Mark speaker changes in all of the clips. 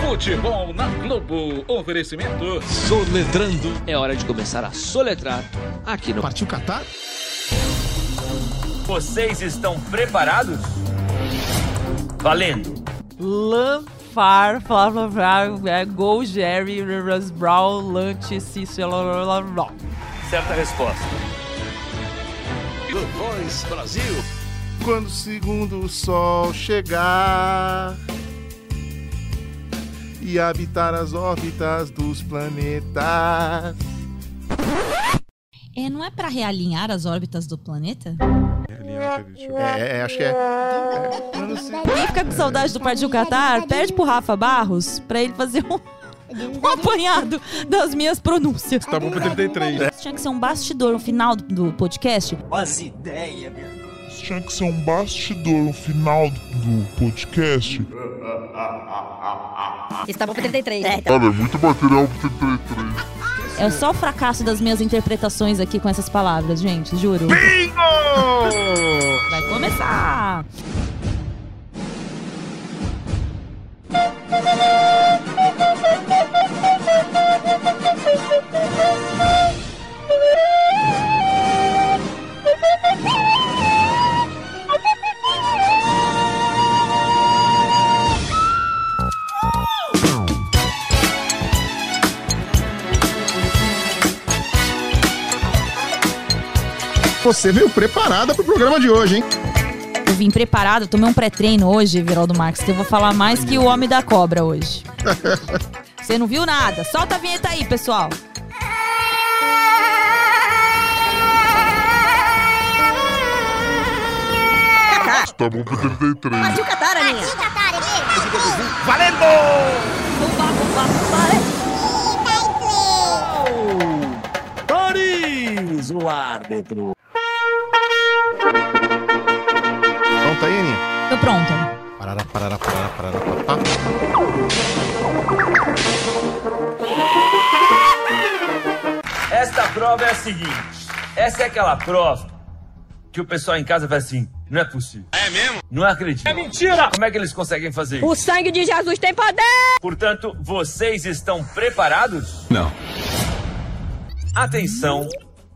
Speaker 1: Futebol na Globo. Oferecimento.
Speaker 2: Soletrando.
Speaker 3: É hora de começar a soletrar aqui no
Speaker 4: Partiu Catar?
Speaker 5: Vocês estão preparados? Valendo!
Speaker 6: Lanfar, blá, blá, blá, é, Gol Jerry, Russ Brown, Lante, Cícero, blá, blá, blá, blá.
Speaker 5: Certa resposta.
Speaker 2: The Voice Brasil.
Speaker 7: Quando o segundo sol chegar e habitar as órbitas dos planetas.
Speaker 8: É, não é pra realinhar as órbitas do planeta?
Speaker 7: É, é, acho que é. é quando o segundo-
Speaker 6: Quem fica com saudade do Partiu Catar, pede pro Rafa Barros pra ele fazer um, um apanhado das minhas pronúncias.
Speaker 4: Tá bom pra 33.
Speaker 6: Isso tinha que ser um bastidor, um final do, do
Speaker 9: Tinha
Speaker 6: podcast.
Speaker 9: que ser um bastidor no final do podcast.
Speaker 8: Está bom pra 33. É,
Speaker 9: Cara, é muito material pro 33.
Speaker 6: É só o fracasso das minhas interpretações aqui com essas palavras, gente, juro. Vai começar!
Speaker 4: Você veio preparada pro programa de hoje, hein?
Speaker 6: Eu vim preparado, tomei um pré-treino hoje, Viraldo Marques, que eu vou falar mais que o Homem da Cobra hoje. Você não viu nada? Solta a vinheta aí, pessoal!
Speaker 9: Tá bom pro 33.
Speaker 8: o Catar, Aninha.
Speaker 6: Bumba, bumba, bumba, é.
Speaker 5: Paris, o árbitro.
Speaker 7: Pronto aí, Aninha?
Speaker 6: Tô pronto.
Speaker 7: Parará, parará, parará, parará, papá.
Speaker 5: Esta prova é a seguinte. Essa é aquela prova que o pessoal em casa faz assim, não é possível. É mesmo? Não acredito. É mentira! Como é que eles conseguem fazer isso?
Speaker 8: O sangue de Jesus tem poder!
Speaker 5: Portanto, vocês estão preparados?
Speaker 2: Não.
Speaker 5: Atenção,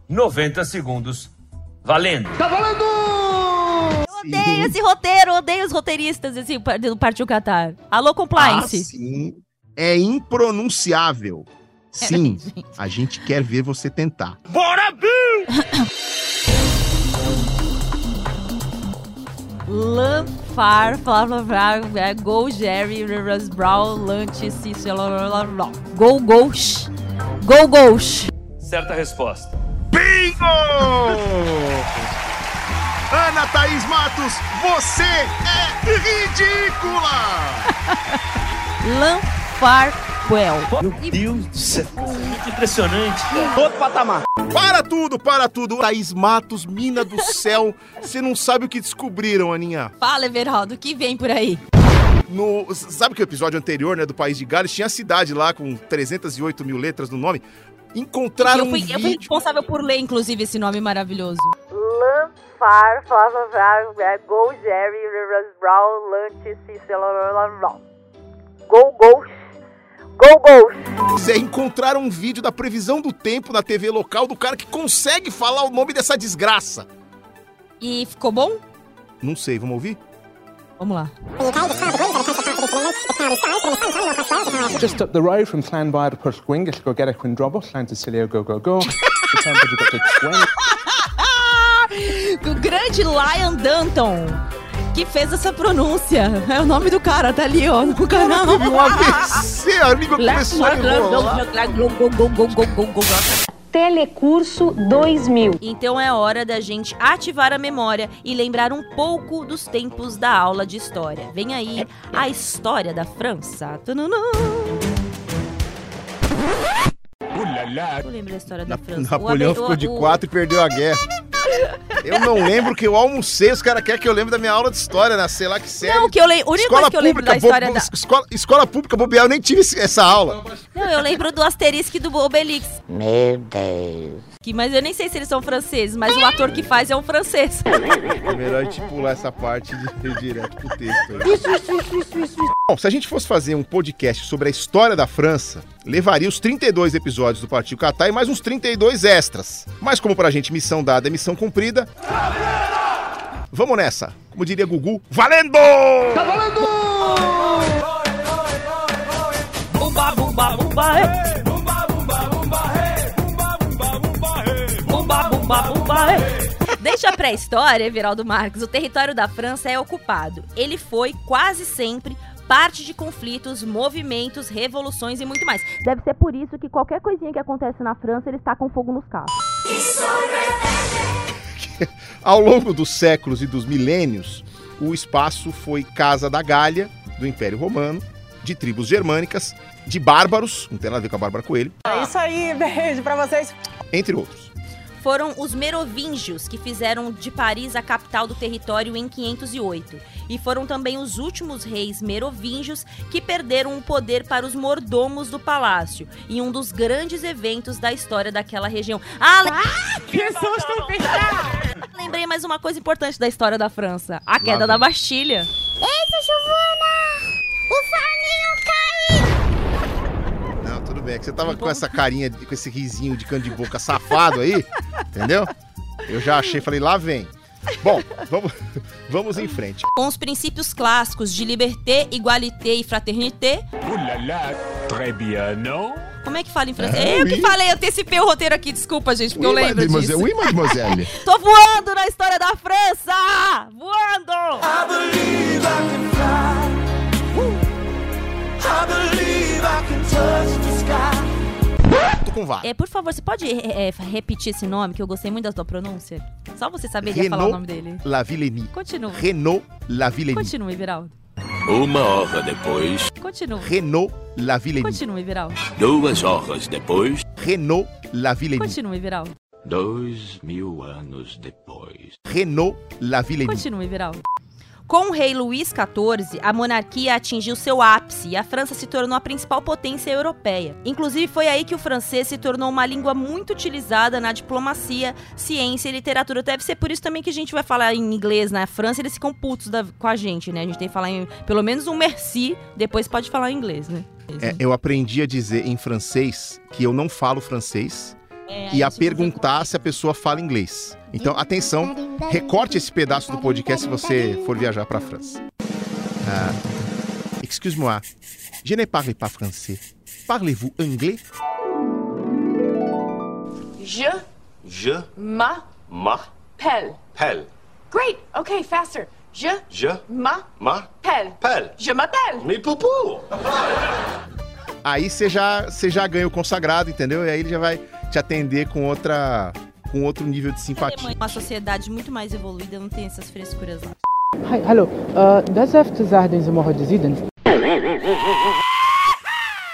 Speaker 5: 90 segundos, valendo.
Speaker 6: Eu
Speaker 7: Uhum.
Speaker 6: odeio esse roteiro, eu odeio os roteiristas assim, par- do Partiu Catar. Alô, Compliance!
Speaker 7: Ah, sim. É impronunciável. Sim,
Speaker 6: É, gente.
Speaker 7: a gente quer ver você tentar.
Speaker 5: Bora,
Speaker 6: Lanfar, blá, blá, blá, é, Gol Jerry, Russ Brown, Lante, Cícero, blá, blá, blá, blá. Gol, gol, sh. Gol, gol, sh.
Speaker 5: Certa resposta.
Speaker 7: Ana Thaís Matos, você é ridícula!
Speaker 6: Lanfarwell.
Speaker 5: Meu Deus do céu. Que impressionante. Outro patamar.
Speaker 7: Para tudo, para tudo. Thaís Matos, mina do céu. Você não sabe o que descobriram, Aninha.
Speaker 6: Fala, Everaldo, que vem por aí?
Speaker 7: No, s- sabe que o episódio anterior, né, do País de Gales, tinha a cidade lá com 308 mil letras no nome? Encontraram
Speaker 6: Eu fui,
Speaker 7: um
Speaker 6: eu fui
Speaker 7: vídeo...
Speaker 6: responsável por ler, inclusive, esse nome maravilhoso. Lanfar, "Ah, é, Gol Jerry, Brown, Lante, Cícero, Gol, gol, gol, gol.
Speaker 7: Zé, encontraram um vídeo da previsão do tempo na TV local do cara que consegue falar o nome dessa desgraça.
Speaker 6: E ficou bom?
Speaker 7: Não sei, vamos ouvir?
Speaker 6: Vamos lá.
Speaker 10: Just up the road from Llan Byr to Pwllgwyngyll go get a Quindrobos, Llan to Cilio go go go. The temperature got to 20.
Speaker 6: O grande Lion Danton, que fez essa pronúncia. É o nome do cara, tá ali, ó, no canal.
Speaker 7: Teve um AVC, a língua começou a rebolar.
Speaker 8: Telecurso 2000.
Speaker 6: Então é hora da gente ativar a memória e lembrar um pouco dos tempos da aula de história. Vem aí a história da França. Tununu. Eu lembro da história da França. O
Speaker 7: Napoleão
Speaker 6: Abe-
Speaker 7: ficou
Speaker 6: o-
Speaker 7: de
Speaker 6: o-
Speaker 7: quatro e perdeu a guerra. Eu não lembro que eu almocei, os caras querem que eu lembre da minha aula de história, né? sei lá que série.
Speaker 6: Não, o que eu lembro. A única coisa que eu lembro da
Speaker 7: bo-
Speaker 6: história
Speaker 7: bo-
Speaker 6: da.
Speaker 7: escola, escola pública, bobear, eu nem tive esse- essa aula.
Speaker 6: Não, eu lembro do Asterix e do Obelix.
Speaker 11: Meu Deus.
Speaker 6: Que, mas eu nem sei se eles são franceses, mas o ator que faz é um francês.
Speaker 7: É melhor a gente pular essa parte de, de direto pro texto. né?
Speaker 6: Isso, isso, isso, isso, isso.
Speaker 7: Bom, se a gente fosse fazer um podcast sobre a história da França, levaria os 32 episódios do Partido Catar e mais uns 32 extras. Mas como pra gente missão dada é missão cumprida... Vamos nessa. Como diria Gugu, valendo!
Speaker 11: Tá valendo! Bumba, bumba, bumba, hey! Bumba, bumba, bumba, hey! Bumba, bumba, bumba, hey!
Speaker 6: Desde a pré-história, Everaldo Marques, o território da França é ocupado. Ele foi, quase sempre, parte de conflitos, movimentos, revoluções e muito mais. Deve ser por isso que qualquer coisinha que acontece na França, ele está com fogo nos carros.
Speaker 7: Ao longo dos séculos e dos milênios, o espaço foi casa da Galha, do Império Romano, de tribos germânicas, de bárbaros, não tem nada a ver com a Bárbara Coelho,
Speaker 12: É isso aí, beijo pra vocês.
Speaker 7: entre outros.
Speaker 6: Foram os merovingios que fizeram de Paris a capital do território em 508. E foram também os últimos reis merovingios que perderam o poder para os mordomos do palácio, em um dos grandes eventos da história daquela região. Ah, le-
Speaker 12: Pessoas estão fechadas.
Speaker 6: lembrei mais uma coisa importante da história da França: a queda
Speaker 12: vem.
Speaker 6: da Bastilha.
Speaker 11: Eita, Giovana! O farinho caiu!
Speaker 7: Não, tudo bem, é que você tava com essa carinha, de- com esse risinho de canto de boca safado aí, entendeu? Eu já achei, falei, lá vem. Bom, vamos, vamos em frente.
Speaker 6: Com os princípios clássicos de liberté, igualité e fraternité.
Speaker 13: Très bien, non?
Speaker 6: Como é que fala em francês?
Speaker 13: É,
Speaker 6: eu que
Speaker 13: oui.
Speaker 6: falei, eu antecipei o roteiro aqui, desculpa, gente, porque eu lembro disso.
Speaker 7: mademoiselle.
Speaker 6: Tô voando na história da França! Voando!
Speaker 7: Tô com vara.
Speaker 6: É, por favor, você pode é, é, repetir esse nome, que eu gostei muito da sua pronúncia? Só você saberia falar o nome dele.
Speaker 7: Lavillenie.
Speaker 6: Continua.
Speaker 7: Renault Lavillenie.
Speaker 6: Continua, Everaldo.
Speaker 13: Uma hora depois,
Speaker 6: Continua.
Speaker 7: Renault Lavillenie.
Speaker 6: Continua, Everaldo.
Speaker 13: duas horas depois,
Speaker 7: Renault Lavillenie.
Speaker 6: Continua, Everaldo.
Speaker 13: dois mil anos depois.
Speaker 7: Renault Lavillenie.
Speaker 6: Continua, Everaldo. Com o rei Luís XIV, a monarquia atingiu seu ápice e a França se tornou a principal potência europeia. Inclusive, foi aí que o francês se tornou uma língua muito utilizada na diplomacia, ciência e literatura. Deve ser por isso também que a gente vai falar em inglês na França, eles ficam putos da- com a gente, né? A gente tem que falar em, pelo menos um merci, depois pode falar em inglês, né?
Speaker 7: É, eu aprendi a dizer em francês que eu não falo francês
Speaker 6: É,
Speaker 7: e a perguntar se a pessoa fala inglês. Então, atenção, recorte esse pedaço do podcast se você for viajar para a França. Ah, Excuse-moi, je ne parle pas français. Parlez-vous anglais?
Speaker 12: Je
Speaker 13: Je
Speaker 12: m'appelle. Great, okay, faster. Je
Speaker 13: Je
Speaker 12: m'appelle.
Speaker 13: m'appelle.
Speaker 12: Je m'appelle.
Speaker 13: Mais poupou!
Speaker 7: Aí você já, você já ganha o consagrado, entendeu? E aí ele já vai te atender com outra com outro nível de simpatia.
Speaker 6: Uma sociedade muito mais evoluída não tem essas frescuras lá.
Speaker 14: Hi, hallo. Äh, das öfter sagen Sie mal heute Sieden.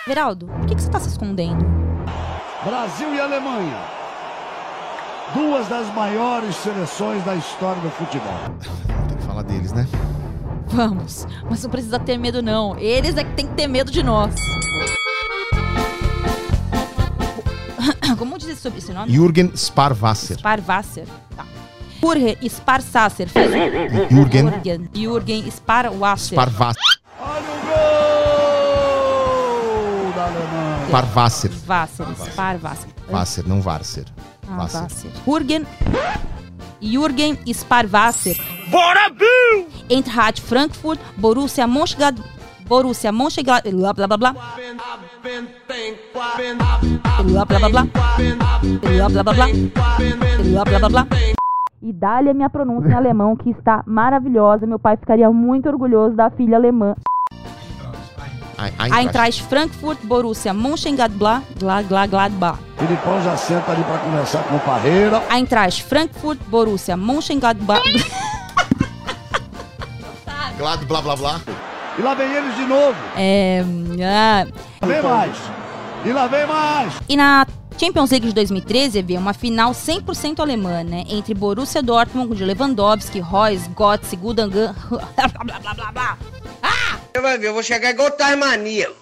Speaker 6: Veraldo, por que, que você tá se escondendo?
Speaker 15: Brasil e Alemanha. Duas das maiores seleções da história do futebol.
Speaker 7: Tem que falar deles, né?
Speaker 6: Vamos, mas não precisa ter medo, não. Eles é que tem que ter medo de nós. Como dizer sobre esse nome?
Speaker 7: Jürgen Sparwasser.
Speaker 6: Sparwasser. Tá. Jürgen Sparsasser.
Speaker 7: Jürgen.
Speaker 6: Jürgen. Jürgen Sparwasser.
Speaker 7: Sparwasser. Sparwasser.
Speaker 6: Wasser. Sparwasser.
Speaker 7: Wasser, não Varser.
Speaker 6: Ah, Wasser. Jürgen. Jürgen Sparwasser. Bora, Bill! Eintracht Frankfurt, Borussia Mönchengladbach. Borussia Mönchengladbach. Blá, blá, blá, blá. Blá, blá, blá, blá. Blá, blá, blá, blá. Blá, blá, blá, blá. E dá-lhe a minha pronúncia em alemão, que está maravilhosa. Meu pai ficaria muito orgulhoso da filha alemã. Eintracht Frankfurt, Borussia Mönchengladbach. Glá, glá, Gladbach.
Speaker 15: Filipão já senta ali pra conversar com o Parreira.
Speaker 6: Eintracht Frankfurt, Borussia Mönchengladbach.
Speaker 7: Glado, blá, blá, blá.
Speaker 15: E lá vem eles de novo.
Speaker 6: É. ah.
Speaker 15: Vem mais. E lá vem mais.
Speaker 6: E na Champions League de 2013 havia uma final 100% alemã, né? Entre Borussia Dortmund, de Lewandowski, Reus, Götze, Gudangan.
Speaker 11: Você vai ver, eu vou chegar igual Tasmania.
Speaker 6: O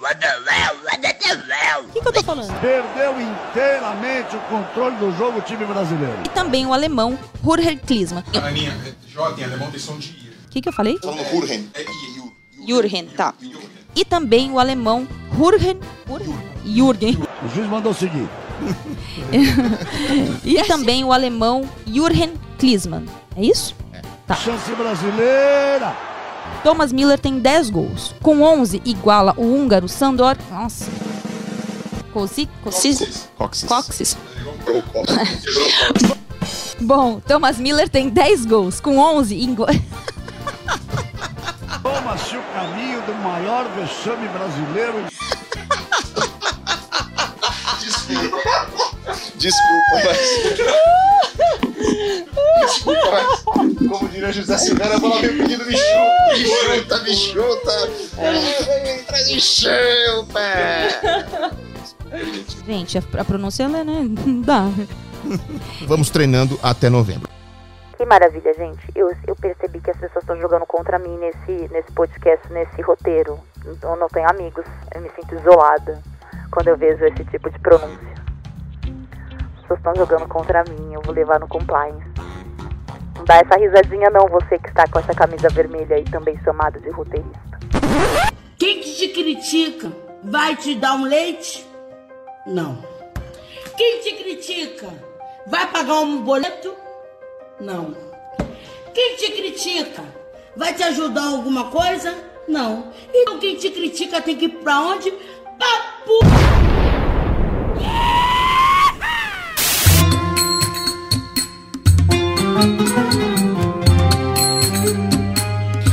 Speaker 6: que, que eu tô falando?
Speaker 15: Perdeu inteiramente o controle do jogo o time brasileiro.
Speaker 6: E também o alemão Jürgen Klinsmann.
Speaker 16: Aninha, é J em alemão tem som de I.
Speaker 6: O que, que eu falei?
Speaker 16: Falando Jürgen. É I, é
Speaker 6: Jürgen, tá. E também o alemão Jürgen. Jürgen.
Speaker 15: O juiz mandou seguir.
Speaker 6: e também o alemão Jürgen Klinsmann. É isso? Tá.
Speaker 15: Chance brasileira.
Speaker 6: Thomas Miller tem 10 gols. Com 11, iguala o húngaro Sandor. Nossa. Kosi, Kosis,
Speaker 7: Coxis.
Speaker 6: Coxis. Bom, Thomas Miller tem 10 gols. Com 11, iguala.
Speaker 15: Toma-se o caminho do maior vexame brasileiro.
Speaker 16: Desculpa, mas. Desculpa, mas. Como diria José Silveira, a bola veio pedindo me chuta, me chuta, me
Speaker 17: É.
Speaker 16: chuta. Traz me chuta.
Speaker 6: Gente, a, a pronúncia ela é, né? Não dá.
Speaker 7: Vamos treinando até novembro.
Speaker 8: Que maravilha, gente. Eu, eu percebi que as pessoas estão jogando contra mim nesse, nesse podcast, nesse roteiro. Eu não tenho amigos. Eu me sinto isolada quando eu vejo esse tipo de pronúncia. As pessoas estão jogando contra mim. Eu vou levar no compliance. Não dá essa risadinha, não, você que está com essa camisa vermelha aí, também chamada de roteirista.
Speaker 17: Quem que te critica vai te dar um leite? Não. Quem te critica vai pagar um boleto? Não. Quem te critica vai te ajudar em alguma coisa? Não. Então quem te critica tem que ir pra onde? Pra puta!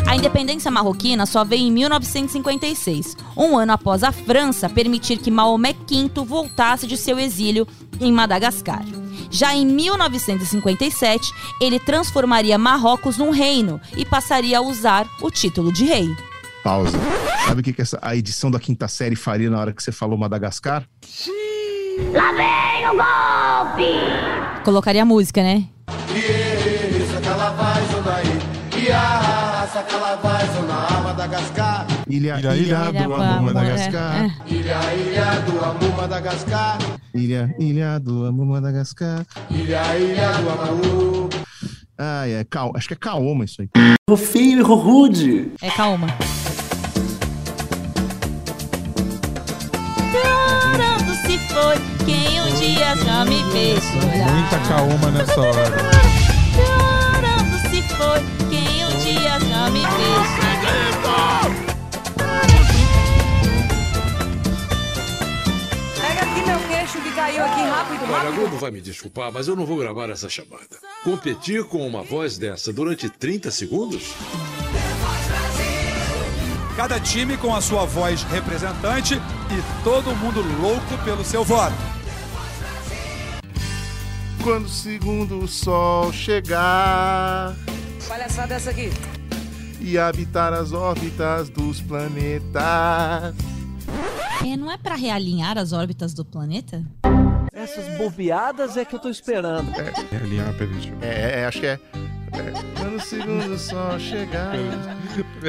Speaker 6: A independência marroquina só veio em 1956, um ano após a França permitir que Maomé V voltasse de seu exílio em Madagascar. Já em 1957, ele transformaria Marrocos num reino e passaria a usar o título de rei.
Speaker 7: Pausa. Sabe o que, que essa, a edição da quinta série faria na hora que você falou Madagascar?
Speaker 17: Lá vem o golpe!
Speaker 6: Colocaria a música, né?
Speaker 7: Ilha, ilha,
Speaker 6: ilha
Speaker 7: do
Speaker 6: do
Speaker 7: amor
Speaker 6: amor,
Speaker 7: Madagascar.
Speaker 17: É. Ilha, ilha do amor Madagascar.
Speaker 7: Ilha, ilha do amor Madagascar.
Speaker 17: Ilha, ilha do amor.
Speaker 7: Ah, é, cal, acho que é Kaoma isso aí.
Speaker 17: Fofinho, rude.
Speaker 6: É, calma. Chorando se foi quem um dia já me fez chorar.
Speaker 18: Muita caoma nessa hora.
Speaker 6: Chorando se foi quem um dia já me fez chorar.
Speaker 3: Pega aqui meu queixo que caiu aqui rápido,
Speaker 2: Olha, a
Speaker 3: rápido.
Speaker 2: Globo vai me desculpar, mas eu não vou gravar essa chamada. Competir com uma voz dessa durante 30 segundos?
Speaker 18: Cada time com a sua voz representante e todo mundo louco pelo seu voto.
Speaker 7: Quando o segundo sol chegar
Speaker 3: Palhaçada essa aqui.
Speaker 7: e habitar as órbitas dos planetas.
Speaker 6: É, não é pra realinhar as órbitas do planeta?
Speaker 3: Essas bobeadas é que eu tô esperando.
Speaker 7: É, é, acho que é. Quando o segundo sol chegar.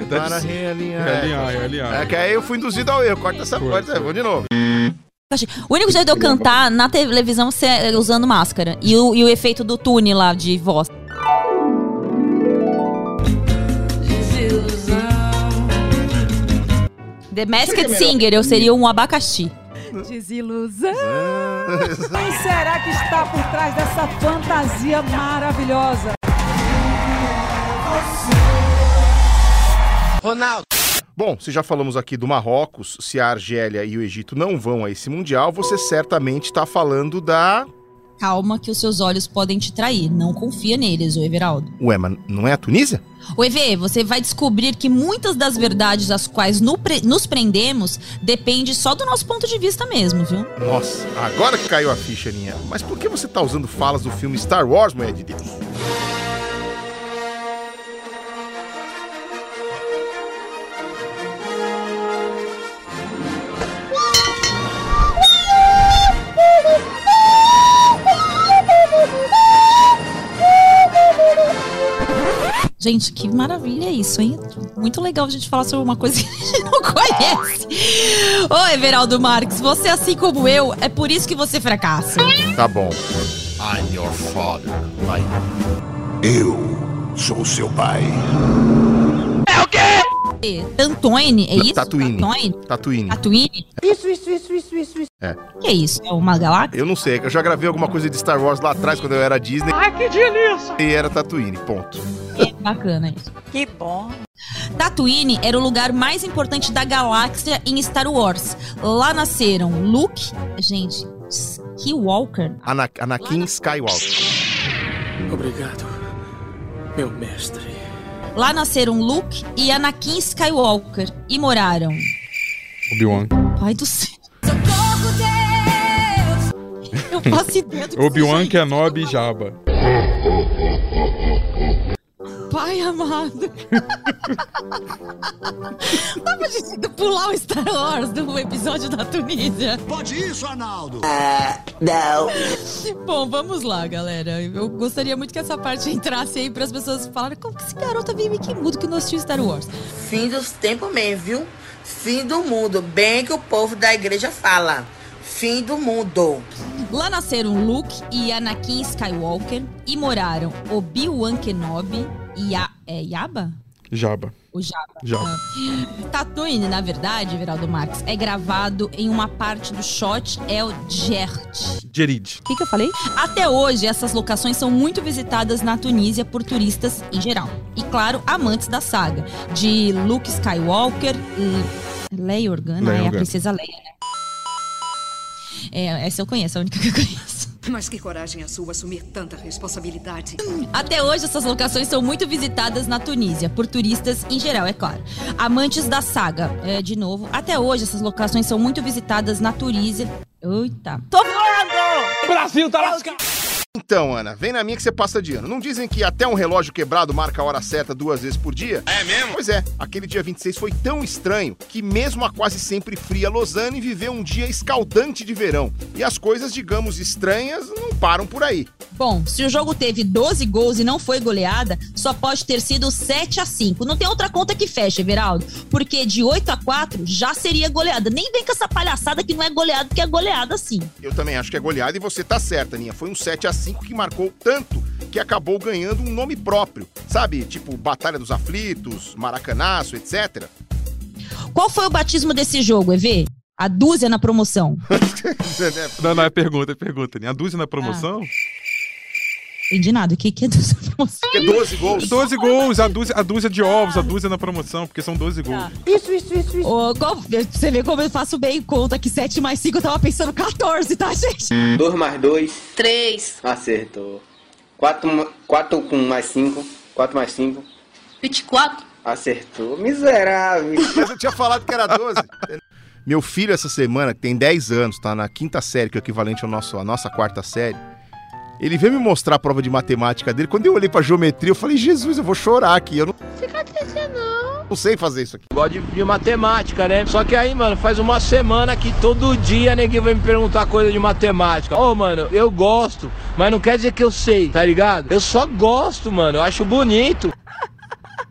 Speaker 7: Para realinhar.
Speaker 18: Realinhar, realinhar.
Speaker 7: É que aí eu fui induzido ao erro. Corta essa parte, vou de novo.
Speaker 6: O único jeito de eu cantar na televisão é usando máscara. E o, e o efeito do tune lá de voz. The Masked Singer, eu seria um abacaxi.
Speaker 3: Desilusão. Quem será que está por trás dessa fantasia maravilhosa?
Speaker 7: Ronaldo. Bom, se já falamos aqui do Marrocos, se a Argélia e o Egito não vão a esse Mundial, você certamente está falando da.
Speaker 6: Calma que os seus olhos podem te trair. Não confia neles, o Everaldo.
Speaker 7: Ué, mas não é a Tunísia?
Speaker 6: O EV, você vai descobrir que muitas das verdades às quais no pre- nos prendemos depende só do nosso ponto de vista mesmo, viu?
Speaker 7: Nossa, agora que caiu a ficha, Aninha. Mas por que você tá usando falas do filme Star Wars, mulher de Deus?
Speaker 6: Gente, que maravilha é isso, hein? Muito legal a gente falar sobre uma coisa que a gente não conhece. Ô, Everaldo Marques, você, assim como eu, é por isso que você fracassa.
Speaker 7: Tá bom.
Speaker 19: I'm your father. Vai. Eu sou seu pai.
Speaker 6: É o quê? Tantone, é
Speaker 7: Na-
Speaker 6: isso?
Speaker 7: Tatooine.
Speaker 6: Tatooine?
Speaker 7: Tatooine.
Speaker 6: Tatooine? Isso, isso, isso, isso, isso, isso.
Speaker 7: É.
Speaker 6: O que é isso? É uma galáxia?
Speaker 7: Eu não sei, é que eu já gravei alguma coisa de Star Wars lá atrás, quando eu era Disney.
Speaker 6: Ai, que delícia!
Speaker 7: E era Tatooine, ponto.
Speaker 6: É bacana isso. Que bom. Tatooine era o lugar mais importante da galáxia em Star Wars. Lá nasceram Luke, gente, Skywalker.
Speaker 7: Ana- Anakin Skywalker.
Speaker 19: Obrigado, meu mestre.
Speaker 6: Lá nasceram Luke e Anakin Skywalker e moraram.
Speaker 9: Obi-Wan.
Speaker 6: Pai do céu. Socorro, Deus! Eu faço ideia do que
Speaker 9: Obi-Wan, Kenobi e Jabba.
Speaker 6: Pai amado. Dá pra gente pular o Star Wars do episódio da Tunísia? Pode isso, Arnaldo.
Speaker 20: Não.
Speaker 6: Bom, vamos lá, galera. Eu gostaria muito que essa parte entrasse aí para as pessoas falarem como que esse garoto vive que mudo que não assistiu Star Wars.
Speaker 8: Fim dos tempos mesmo, viu? Fim do mundo. Bem que o povo da igreja fala. Fim do mundo.
Speaker 6: Lá nasceram Luke e Anakin Skywalker e moraram Obi-Wan Kenobi e a é Yaba?
Speaker 9: Jabba.
Speaker 6: O Jabba.
Speaker 9: Jabba.
Speaker 6: Ah. Tatooine, na verdade, Veraldo Marx, é gravado em uma parte do shot El Jert.
Speaker 9: Jerid.
Speaker 6: O que, que eu falei? Até hoje, essas locações são muito visitadas na Tunísia por turistas em geral. E, claro, amantes da saga. De Luke Skywalker e... Leia Organa?
Speaker 19: Leia
Speaker 6: é a
Speaker 19: Organa.
Speaker 6: princesa Leia, né? É, essa eu conheço, a única que eu conheço.
Speaker 21: Mas que coragem a sua assumir tanta responsabilidade.
Speaker 6: Até hoje, essas locações são muito visitadas na Tunísia, por turistas em geral, é claro. Amantes da saga, é, de novo, até hoje, essas locações são muito visitadas na Tunísia. Eita. Tô falando!
Speaker 7: Brasil tá lascado! Então, Ana, vem na minha que você passa de ano. Não dizem que até um relógio quebrado marca a hora certa duas vezes por dia? É mesmo? Pois é, aquele dia 26 foi tão estranho que, mesmo a quase sempre fria Lausanne, viveu um dia escaldante de verão. E as coisas, digamos, estranhas não param por aí.
Speaker 6: Bom, se o jogo teve 12 gols e não foi goleada, só pode ter sido 7 a 5 Não tem outra conta que feche, Everaldo. Porque de 8 a 4 já seria goleada. Nem vem com essa palhaçada que não é goleada, porque é goleada sim.
Speaker 7: Eu também acho que é goleada e você tá certa, Ninha. Foi um 7 a 5 que marcou tanto que acabou ganhando um nome próprio. Sabe, tipo Batalha dos Aflitos, Maracanaço, etc.
Speaker 6: Qual foi o batismo desse jogo, EV? A dúzia na promoção.
Speaker 9: Não, não, é pergunta, é pergunta. né? A dúzia na promoção?
Speaker 6: Entendi nada. O que, que é dúzia na promoção?
Speaker 7: Porque 12 gols.
Speaker 9: 12 gols, a dúzia, a dúzia de ovos, a dúzia na promoção, porque são 12 gols.
Speaker 6: Isso, isso, isso, isso. você vê como eu faço bem conta que 7 mais 5 eu tava pensando 14, tá, gente?
Speaker 12: 2 mais 2.
Speaker 21: 3.
Speaker 12: Acertou. 4, 4 com mais 5. 4 mais 5.
Speaker 21: 24.
Speaker 12: Acertou. Miserável.
Speaker 7: Mas eu tinha falado que era 12. Meu filho, essa semana, que tem 10 anos, tá na quinta série, que é o equivalente ao nosso, à nossa quarta série, ele veio me mostrar a prova de matemática dele. Quando eu olhei pra geometria, eu falei, Jesus, eu vou chorar aqui. Eu não,
Speaker 21: Fica triste não.
Speaker 7: não sei fazer isso aqui.
Speaker 1: Gosto de, de matemática, né? Só que aí, mano, faz uma semana que todo dia ninguém vai me perguntar coisa de matemática. Ô, mano, eu gosto, mas não quer dizer que eu sei, tá ligado? Eu só gosto, mano, eu acho bonito.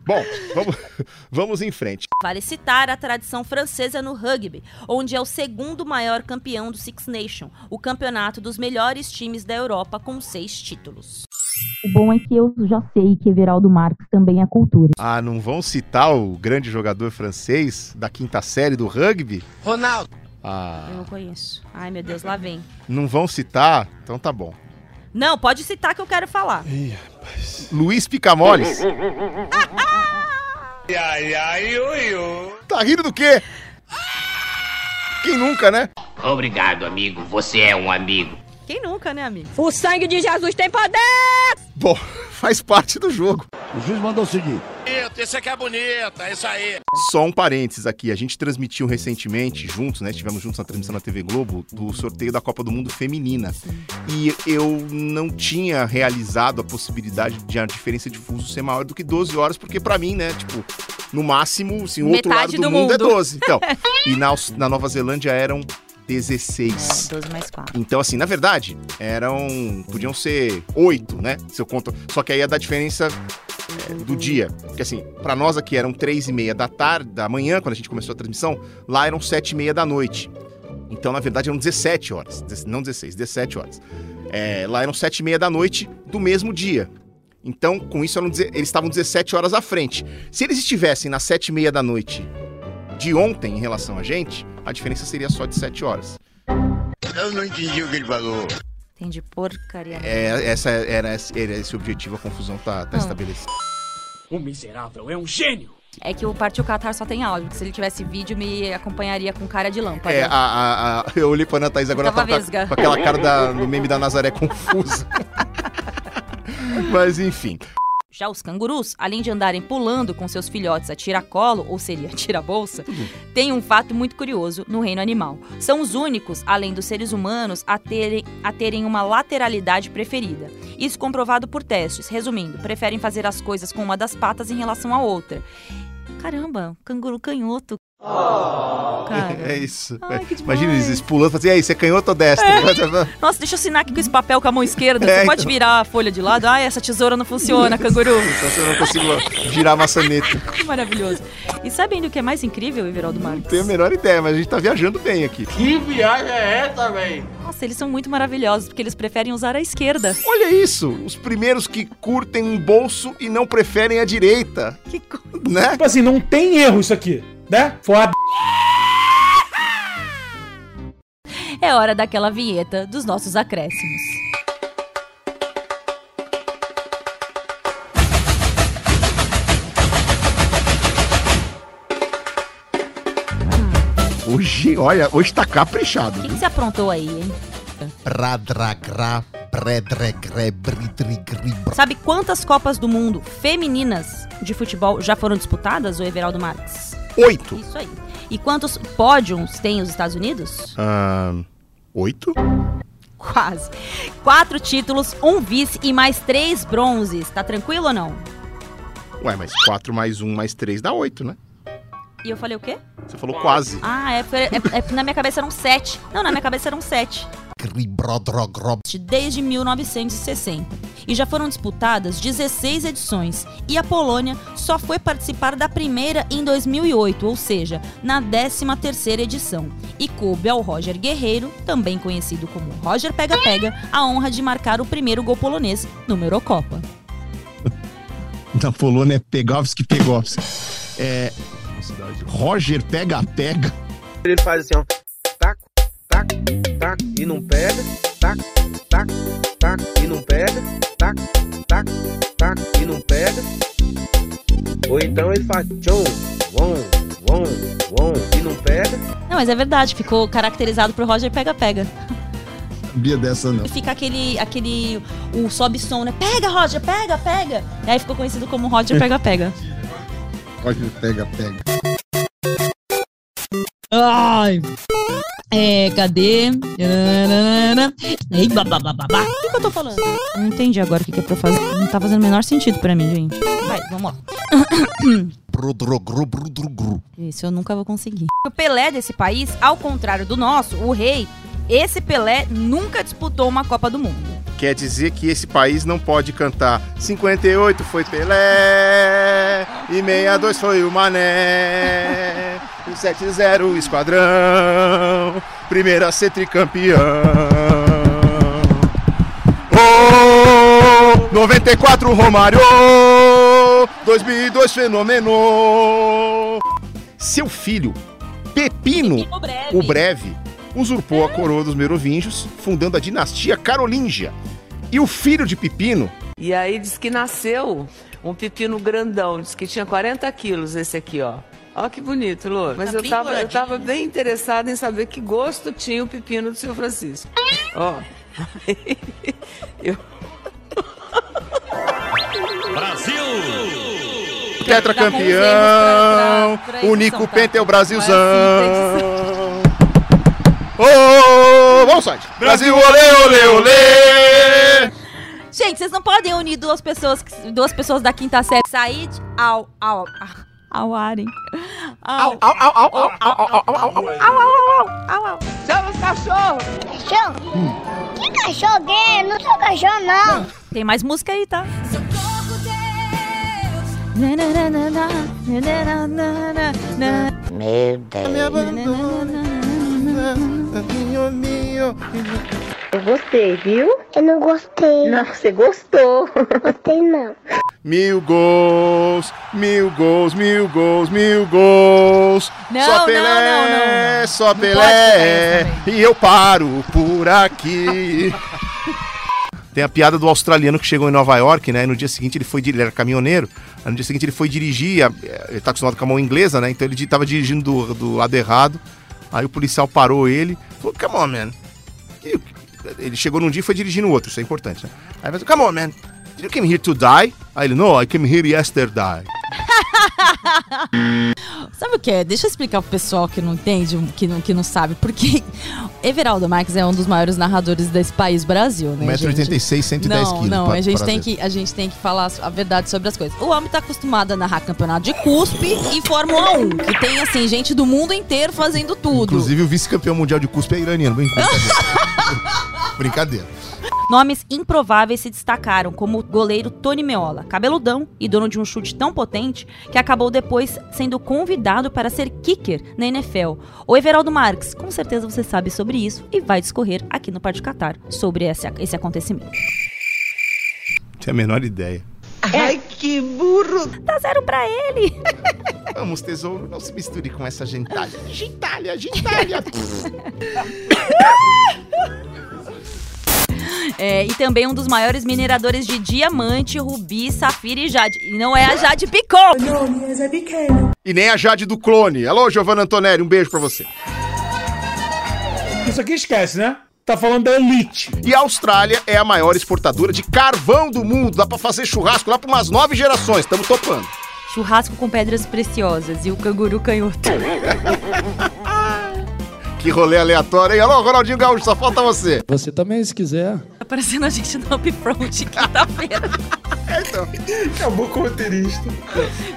Speaker 7: Bom, vamos, vamos em frente.
Speaker 22: Vale citar a tradição francesa no rugby, onde é o segundo maior campeão do Six Nation, o campeonato dos melhores times da Europa com seis títulos.
Speaker 6: O bom é que eu já sei que Everaldo Marques também é cultura.
Speaker 7: Ah, não vão citar o grande jogador francês da quinta série do rugby?
Speaker 22: Ronaldo!
Speaker 7: Ah,
Speaker 22: Eu não conheço. Ai, meu Deus, lá vem.
Speaker 7: não vão citar? Então tá bom.
Speaker 22: Não, pode citar que eu quero falar.
Speaker 7: Luiz Picamoles.
Speaker 20: Ai, ai, ui, ui.
Speaker 7: Tá rindo do quê? Quem nunca, né?
Speaker 12: Obrigado, amigo. Você é um amigo.
Speaker 22: Quem nunca, né, amigo?
Speaker 21: O sangue de Jesus tem poder!
Speaker 7: Bom, faz parte do jogo.
Speaker 23: O juiz mandou seguir.
Speaker 1: Esse aqui é bonito, é isso aí.
Speaker 7: Só um parênteses aqui, a gente transmitiu recentemente, juntos, né? Estivemos juntos na transmissão na TV Globo, do sorteio da Copa do Mundo Feminina. E eu não tinha realizado a possibilidade de a diferença de fuso ser maior do que 12 horas, porque pra mim, né, tipo, no máximo, assim, o outro lado
Speaker 22: Metade
Speaker 7: do,
Speaker 22: do
Speaker 7: mundo. é
Speaker 22: mundo.
Speaker 7: 12. Então, e na, Aus- na Nova Zelândia eram 16.
Speaker 22: 12 mais 4.
Speaker 7: Então, assim, na verdade, eram. Podiam ser oito, né? Se eu conto. Só que aí ia dar é diferença é, do dia. Porque assim, pra nós aqui eram três e meia da tarde, da manhã, quando a gente começou a transmissão, lá eram sete e meia da noite. Então, na verdade, eram 17 horas. Dez- Não 16, 17 horas. É, lá eram sete e meia da noite do mesmo dia. Então, com isso, eram deze- eles estavam 17 horas à frente. Se eles estivessem nas sete e meia da noite de ontem em relação a gente, a diferença seria só de 7 horas.
Speaker 24: Eu não entendi o que ele falou.
Speaker 3: Entendi, porcaria.
Speaker 7: É, essa era, era esse o objetivo, a confusão tá, tá
Speaker 3: Hum.
Speaker 7: estabelecida.
Speaker 3: O miserável é um gênio! É que o Partiu Catar só tem áudio, porque se ele tivesse vídeo, me acompanharia com cara de lâmpada.
Speaker 7: É, a, a- a- eu olhei pra Ana Thaís agora, ela
Speaker 3: Tava
Speaker 7: tá, tá
Speaker 3: vesga.
Speaker 7: com aquela cara da, no meme da Nazaré confusa. Mas enfim.
Speaker 3: Já os cangurus, além de andarem pulando com seus filhotes a tiracolo, ou seria tira-bolsa, tem um fato muito curioso no reino animal. São os únicos, além dos seres humanos, a terem, a terem uma lateralidade preferida. Isso comprovado por testes. Resumindo, preferem fazer as coisas com uma das patas em relação à outra. Caramba, um canguru canhoto. Cara.
Speaker 7: É isso.
Speaker 3: Ai, que
Speaker 7: Imagina
Speaker 3: demais.
Speaker 7: eles pulando e assim, e aí, você é canhoto ou destro?
Speaker 3: Nossa, deixa eu assinar aqui com esse papel com a mão esquerda. Você
Speaker 7: É,
Speaker 3: pode
Speaker 7: então.
Speaker 3: virar a folha de lado? Ah, essa tesoura não funciona, canguru.
Speaker 7: Então eu não consigo girar a maçaneta.
Speaker 3: Que maravilhoso. E sabendo o que é mais incrível, Everaldo Marques?
Speaker 7: Tenho a menor ideia, mas a gente tá viajando bem aqui.
Speaker 3: Que viagem é essa, véi? Nossa, eles são muito maravilhosos, porque eles preferem usar a esquerda.
Speaker 7: Olha isso! Os primeiros que curtem um bolso e não preferem a direita. Que coisa. Né? Tipo assim, não tem erro isso aqui, né? Foda.
Speaker 3: É hora daquela vinheta dos nossos acréscimos.
Speaker 7: Hoje, olha, hoje tá caprichado.
Speaker 3: O que, que você aprontou aí, hein?
Speaker 7: Bradragra, bredregre, bridrigri.
Speaker 3: Sabe quantas Copas do Mundo femininas de futebol já foram disputadas, o Everaldo Marques?
Speaker 7: Oito.
Speaker 3: Isso aí. E quantos pódios tem os Estados Unidos?
Speaker 7: Ahn, Ah, oito?
Speaker 3: Quase. Quatro títulos, um vice e mais três bronzes. Tá tranquilo ou não?
Speaker 7: Ué, mas quatro mais um mais três dá oito, né?
Speaker 3: E eu falei o quê?
Speaker 7: Você falou quase.
Speaker 3: Ah, é, porque- é- é porque na minha cabeça eram sete. Não, na minha cabeça eram sete.
Speaker 7: Cribrodrogró.
Speaker 3: Desde 1960. E já foram disputadas 16 edições. E a Polônia só foi participar da primeira em 2008, ou seja, na 13ª edição. E coube ao Roger Guerreiro, também conhecido como Roger Pega Pega, a honra de marcar o primeiro gol polonês numa Eurocopa.
Speaker 9: Na Polônia é Pegovski Pegovski. É. Roger pega pega.
Speaker 5: Ele faz assim, ó. Tac, tac, tac e não pega. Tac, tac,
Speaker 12: Tá
Speaker 5: tac e não pega. Tac, tac, tac e não pega. Ou então ele faz tchon, von, von, von e não pega.
Speaker 3: Não, mas é verdade, ficou caracterizado por Roger Pega Pega.
Speaker 9: Bia dessa não.
Speaker 3: E fica aquele, aquele, o sobe som, né? Pega, Roger, pega, pega. E aí ficou conhecido como Roger Pega Pega.
Speaker 9: Roger pega pega.
Speaker 6: Ai. É, cadê? Nananana. Ei, babababá.
Speaker 3: O que, que eu tô falando? Não entendi agora o que, que é pra eu fazer. Não tá fazendo o menor sentido pra mim, gente. Vai, vamos lá.
Speaker 9: Brodrogru, brodrogru.
Speaker 3: Isso eu nunca vou conseguir. O Pelé desse país, ao contrário do nosso, o rei, esse Pelé nunca disputou uma Copa do Mundo.
Speaker 7: Quer dizer que esse país não pode cantar 58 foi Pelé e 62 foi o Mané. O 7-0 esquadrão, primeiro a ser tricampeão. Oh, 94 Romário, 2002 Fenomeno. Seu filho, Pepino,
Speaker 3: Breve.
Speaker 7: o Breve, usurpou a coroa dos merovingios, fundando a dinastia carolingia. E o filho de Pepino,
Speaker 12: E aí diz que nasceu um pepino grandão, diz que tinha 40 quilos esse aqui, ó. Ó que bonito, Lô. Mas Tá eu, bem tava, eu douradinho, tava bem interessada em saber que gosto tinha o pepino do seu Francisco. Ó. eu...
Speaker 25: Brasil!
Speaker 7: tetracampeão, o Nico Pente é o Brasilzão. Ô, ô, ô, vamos, Sandy. Brasil, olê, olê, olê.
Speaker 3: Gente, vocês não podem unir duas pessoas, que- duas pessoas da quinta série. Said ao ao ah, ao Aren. Ao ao ao ao ao ao ao ao ao ao ao. Chama os cachorros. Cachorro. Que é? cachorro gay? Não sou cachorro não. Tem mais música aí, tá?
Speaker 9: Meu Eu gostei, viu? Eu não gostei. Não, você gostou. Gostei não.
Speaker 7: Mil gols, mil gols, mil gols, mil gols.
Speaker 6: Não,
Speaker 7: só
Speaker 6: não,
Speaker 7: Pelé, só Pelé. e eu paro por aqui. Tem a piada do australiano que chegou em Nova York, né? E no dia seguinte ele foi. dir- Ele era caminhoneiro. Aí no dia seguinte ele foi dirigir. a- Ele tá acostumado com a mão inglesa, né? Então ele di- tava dirigindo do, do lado errado. Aí o policial parou ele. Falou, come on, man. E o- Ele chegou num dia e foi dirigir no outro. Isso é importante, né? Aí ele falou, come on, man. Did you came here to die? Aí ele, no, I came here yesterday.
Speaker 26: Sabe o que é? Deixa eu explicar pro pessoal que não entende, um, que não, que não sabe. Porque Everaldo Marques é um dos maiores narradores desse país, Brasil, né, gente?
Speaker 7: 1,86m, 110
Speaker 26: não,
Speaker 7: quilos.
Speaker 26: Não,
Speaker 7: pra-
Speaker 26: a gente,
Speaker 7: pra
Speaker 26: tem
Speaker 7: ver.
Speaker 26: que, a gente tem que falar a verdade sobre as coisas. O homem tá acostumado a narrar campeonato de cuspe e Fórmula 1, que tem, assim, gente do mundo inteiro fazendo tudo.
Speaker 7: Inclusive, o vice-campeão mundial de cuspe é iraniano. Bem, brincadeira. brincadeira.
Speaker 6: Nomes improváveis se destacaram, como o goleiro Tony Meola, cabeludão e dono de um chute tão potente que acabou depois sendo convidado para ser kicker na NFL. O Everaldo Marques, com certeza você sabe sobre isso e vai discorrer aqui no Parque Catar sobre esse, esse acontecimento.
Speaker 7: Não tinha a menor ideia.
Speaker 6: Ai, que burro! Dá zero pra ele!
Speaker 7: Vamos, tesouro, não se misture com essa gentalha. Gentalha, gentalha!
Speaker 6: É, e também um dos maiores mineradores de diamante, rubi, safira e jade. E não é a Jade Picon! Não, minha Jade Picon.
Speaker 7: E nem a Jade do clone. Alô, Giovanna Antonelli, um beijo pra você.
Speaker 27: Isso aqui esquece, né? Tá falando da elite.
Speaker 7: E a Austrália é a maior exportadora de carvão do mundo. Dá pra fazer churrasco lá pra umas nove gerações. Tamo topando.
Speaker 6: Churrasco com pedras preciosas e o canguru canhoto.
Speaker 7: Que rolê aleatório, hein? Alô, Ronaldinho Gaúcho, só falta você.
Speaker 10: Você também, se quiser.
Speaker 6: Tá parecendo a gente no Upfront quinta-feira.
Speaker 7: então,
Speaker 10: acabou com o roteirista.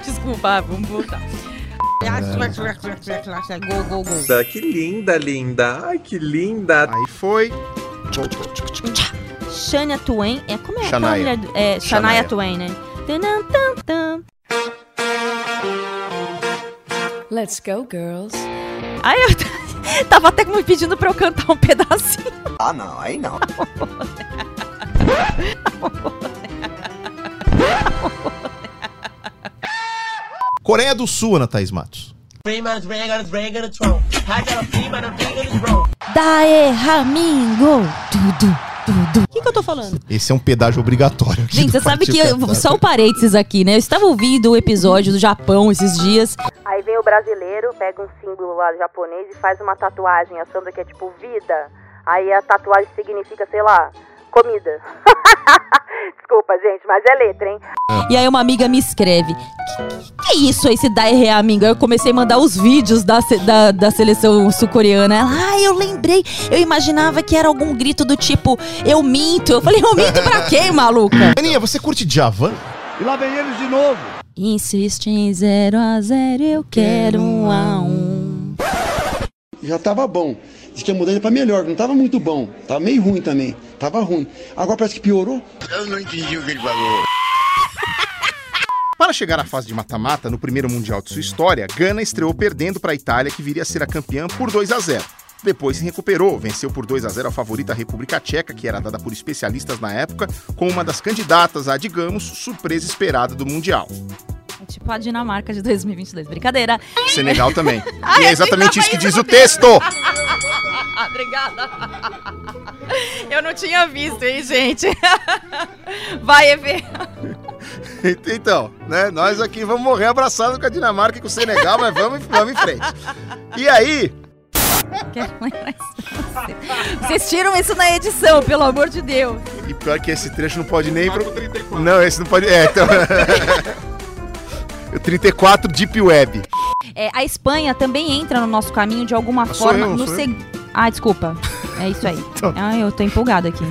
Speaker 6: Desculpa, ah, vamos voltar. Gol, gol, gol.
Speaker 10: Que linda, linda. Ai, que linda.
Speaker 7: Aí foi.
Speaker 6: Shania Twain. É, como é aquela
Speaker 10: Shania.
Speaker 6: mulher? do- É, Shania
Speaker 10: Shania.
Speaker 6: Twain, né? Tanam, tam, tam.
Speaker 12: Let's go, girls.
Speaker 6: Aí eu tava até me pedindo pra eu cantar um pedacinho.
Speaker 12: Ah, não, aí não.
Speaker 7: Coreia do Sul, Ana Thaís Matos.
Speaker 26: Dae Ramingo. Tudo, tudo. O
Speaker 6: que, que eu tô falando?
Speaker 7: Esse é um pedágio obrigatório. aqui
Speaker 26: Gente,
Speaker 7: do
Speaker 26: você sabe
Speaker 7: Partiu
Speaker 26: que. eu-
Speaker 7: Catar.
Speaker 26: só um parênteses aqui, né? Eu estava ouvindo o episódio do Japão esses dias.
Speaker 8: Aí vem o brasileiro, pega um símbolo lá japonês e faz uma tatuagem, achando que é tipo vida. Aí a tatuagem significa, sei lá, comida. Desculpa, gente, mas é letra, hein?
Speaker 26: E aí uma amiga me escreve: Que, que- que é isso esse Dae Ramingo? Aí eu comecei a mandar os vídeos da, se- da, da seleção sul-coreana. Ela, ah, eu lembrei. Eu imaginava que era algum grito do tipo, eu minto. Eu falei, eu minto pra quê, maluca?
Speaker 7: Aninha, você curte Javan?
Speaker 15: E lá vem eles de novo.
Speaker 26: Insiste em 0 a 0 eu quero um a um. Já tava bom. Diz que a mudança pra melhor, que não tava muito bom. Tava meio ruim também. Tava ruim. Agora parece que piorou.
Speaker 28: Eu não entendi o que ele falou.
Speaker 7: Para chegar à fase de mata-mata, no primeiro Mundial de sua história, Gana estreou perdendo para a Itália, que viria a ser a campeã por 2 a 0. Depois se recuperou, venceu por 2 a 0 a favorita República Tcheca, que era dada por especialistas na época como uma das candidatas à, digamos, surpresa esperada do Mundial.
Speaker 6: É tipo a Dinamarca de 2022. Brincadeira.
Speaker 7: Senegal também.
Speaker 6: Ai,
Speaker 7: E é
Speaker 6: eu tentava
Speaker 7: exatamente isso que
Speaker 6: ir
Speaker 7: diz
Speaker 6: no
Speaker 7: o texto.
Speaker 6: Obrigada. Eu não tinha visto, hein, gente? Vai, Ever.
Speaker 7: Então, né, nós aqui vamos morrer abraçados com a Dinamarca e com o Senegal, mas vamos, vamos em frente. E aí,
Speaker 6: Quero lembrar isso. Vocês tiram isso na edição, pelo amor de Deus.
Speaker 7: E pior que esse trecho não pode nem. Pro... Não, esse não pode. É, então. O 34 Deep Web.
Speaker 6: É, a Espanha também entra no nosso caminho de alguma
Speaker 7: Ah, sou
Speaker 6: forma.
Speaker 7: eu,
Speaker 6: no
Speaker 7: sou
Speaker 6: seg- Ah, desculpa. É isso aí. Ah, eu tô empolgada aqui.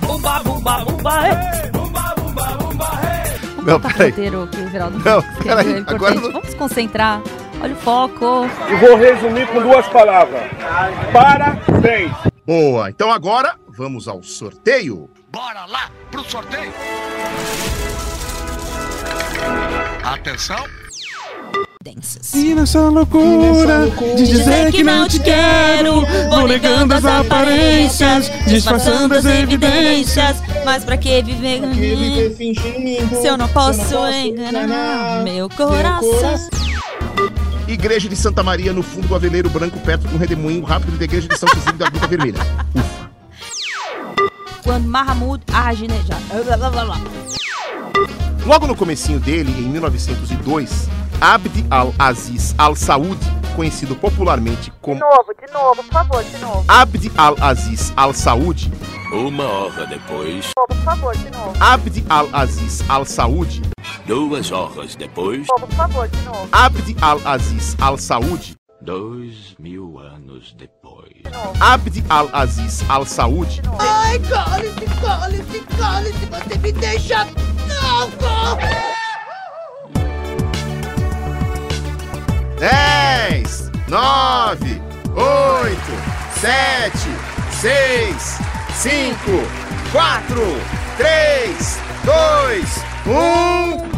Speaker 11: Bumba, bumba, bumba, hey. Bumba, bumba, bumba, hey.
Speaker 7: Não,
Speaker 6: Tá
Speaker 7: peraí.
Speaker 6: roteiro que o Geraldo
Speaker 7: Não,
Speaker 6: escreveu,
Speaker 7: peraí,
Speaker 6: é importante.
Speaker 7: agora não-
Speaker 6: Vamos se concentrar. Olha o foco.
Speaker 7: E vou resumir com duas palavras. Parabéns. Boa, então agora vamos ao sorteio.
Speaker 28: Bora lá pro sorteio.
Speaker 2: Atenção.
Speaker 13: E nessa loucura de dizer que não te quero, vou negando as
Speaker 26: tá
Speaker 13: aparências, tá disfarçando as evidências.
Speaker 6: Mas pra que viver fingindo? Se eu não posso enganar meu coração.
Speaker 7: Igreja de Santa Maria, no fundo do Aveleiro Branco, perto do Redemoinho Rápido da Igreja de São Cisne da Gruta Vermelha.
Speaker 6: Quando Mahamud ah, Arginejar.
Speaker 7: Logo no comecinho dele, em 1902, Abd al-Aziz al-Saud, conhecido popularmente
Speaker 8: De
Speaker 7: como
Speaker 8: novo, de novo, por favor, de novo.
Speaker 7: Abd al-Aziz al-Saud,
Speaker 2: Uma hora depois.
Speaker 8: De novo, por favor, de novo.
Speaker 7: Abd al-Aziz al-Saud,
Speaker 2: Duas horas depois.
Speaker 8: De novo, por favor, de novo.
Speaker 7: Abd al-Aziz al-Saud,
Speaker 2: Dois mil anos depois.
Speaker 7: Abd al-Aziz al-Saud,
Speaker 11: Ai, cole-se, cole-se, cole-se, você me deixa louco!
Speaker 7: 10, 9, 8, 7, 6, 5, 4, 3, 2, 1.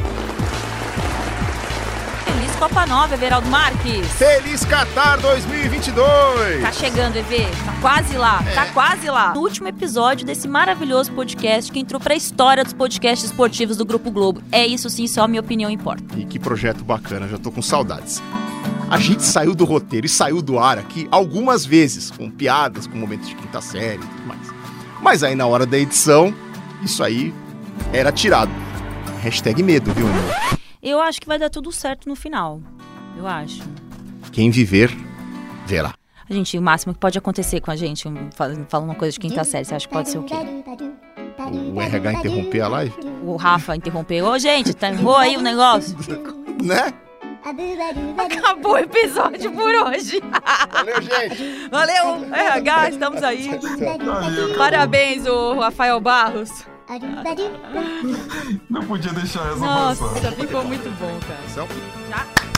Speaker 6: Feliz Copa Nova, Everaldo Marques.
Speaker 7: Feliz Qatar 2022.
Speaker 6: Tá chegando, Evê. Tá quase lá. Tá quase lá. No último episódio desse maravilhoso podcast que entrou pra história dos podcasts esportivos do Grupo Globo. É isso sim, só a minha opinião importa.
Speaker 7: E que projeto bacana, já tô com saudades. A gente saiu do roteiro e saiu do ar aqui algumas vezes, com piadas, com momentos de quinta série e tudo mais. Mas aí na hora da edição, isso aí era tirado. Hashtag medo, viu, irmão?
Speaker 6: Eu acho que vai dar tudo certo no final. Eu acho.
Speaker 7: Quem viver, verá.
Speaker 6: Gente, o máximo que pode acontecer com a gente, um, fala fala uma coisa de quinta série, você acha que pode ser o quê?
Speaker 7: O RH interromper a live?
Speaker 6: O Rafa interrompeu. Ô, gente, tá boa aí o negócio?
Speaker 7: Né?
Speaker 6: Acabou o episódio por hoje. É,
Speaker 7: Valeu, gente.
Speaker 6: Valeu, RH, estamos aí. Parabéns, o Rafael Barros.
Speaker 13: Não podia deixar essa
Speaker 6: Nossa,
Speaker 13: passar.
Speaker 7: Então,
Speaker 6: ficou muito bom, cara.
Speaker 7: Tchau.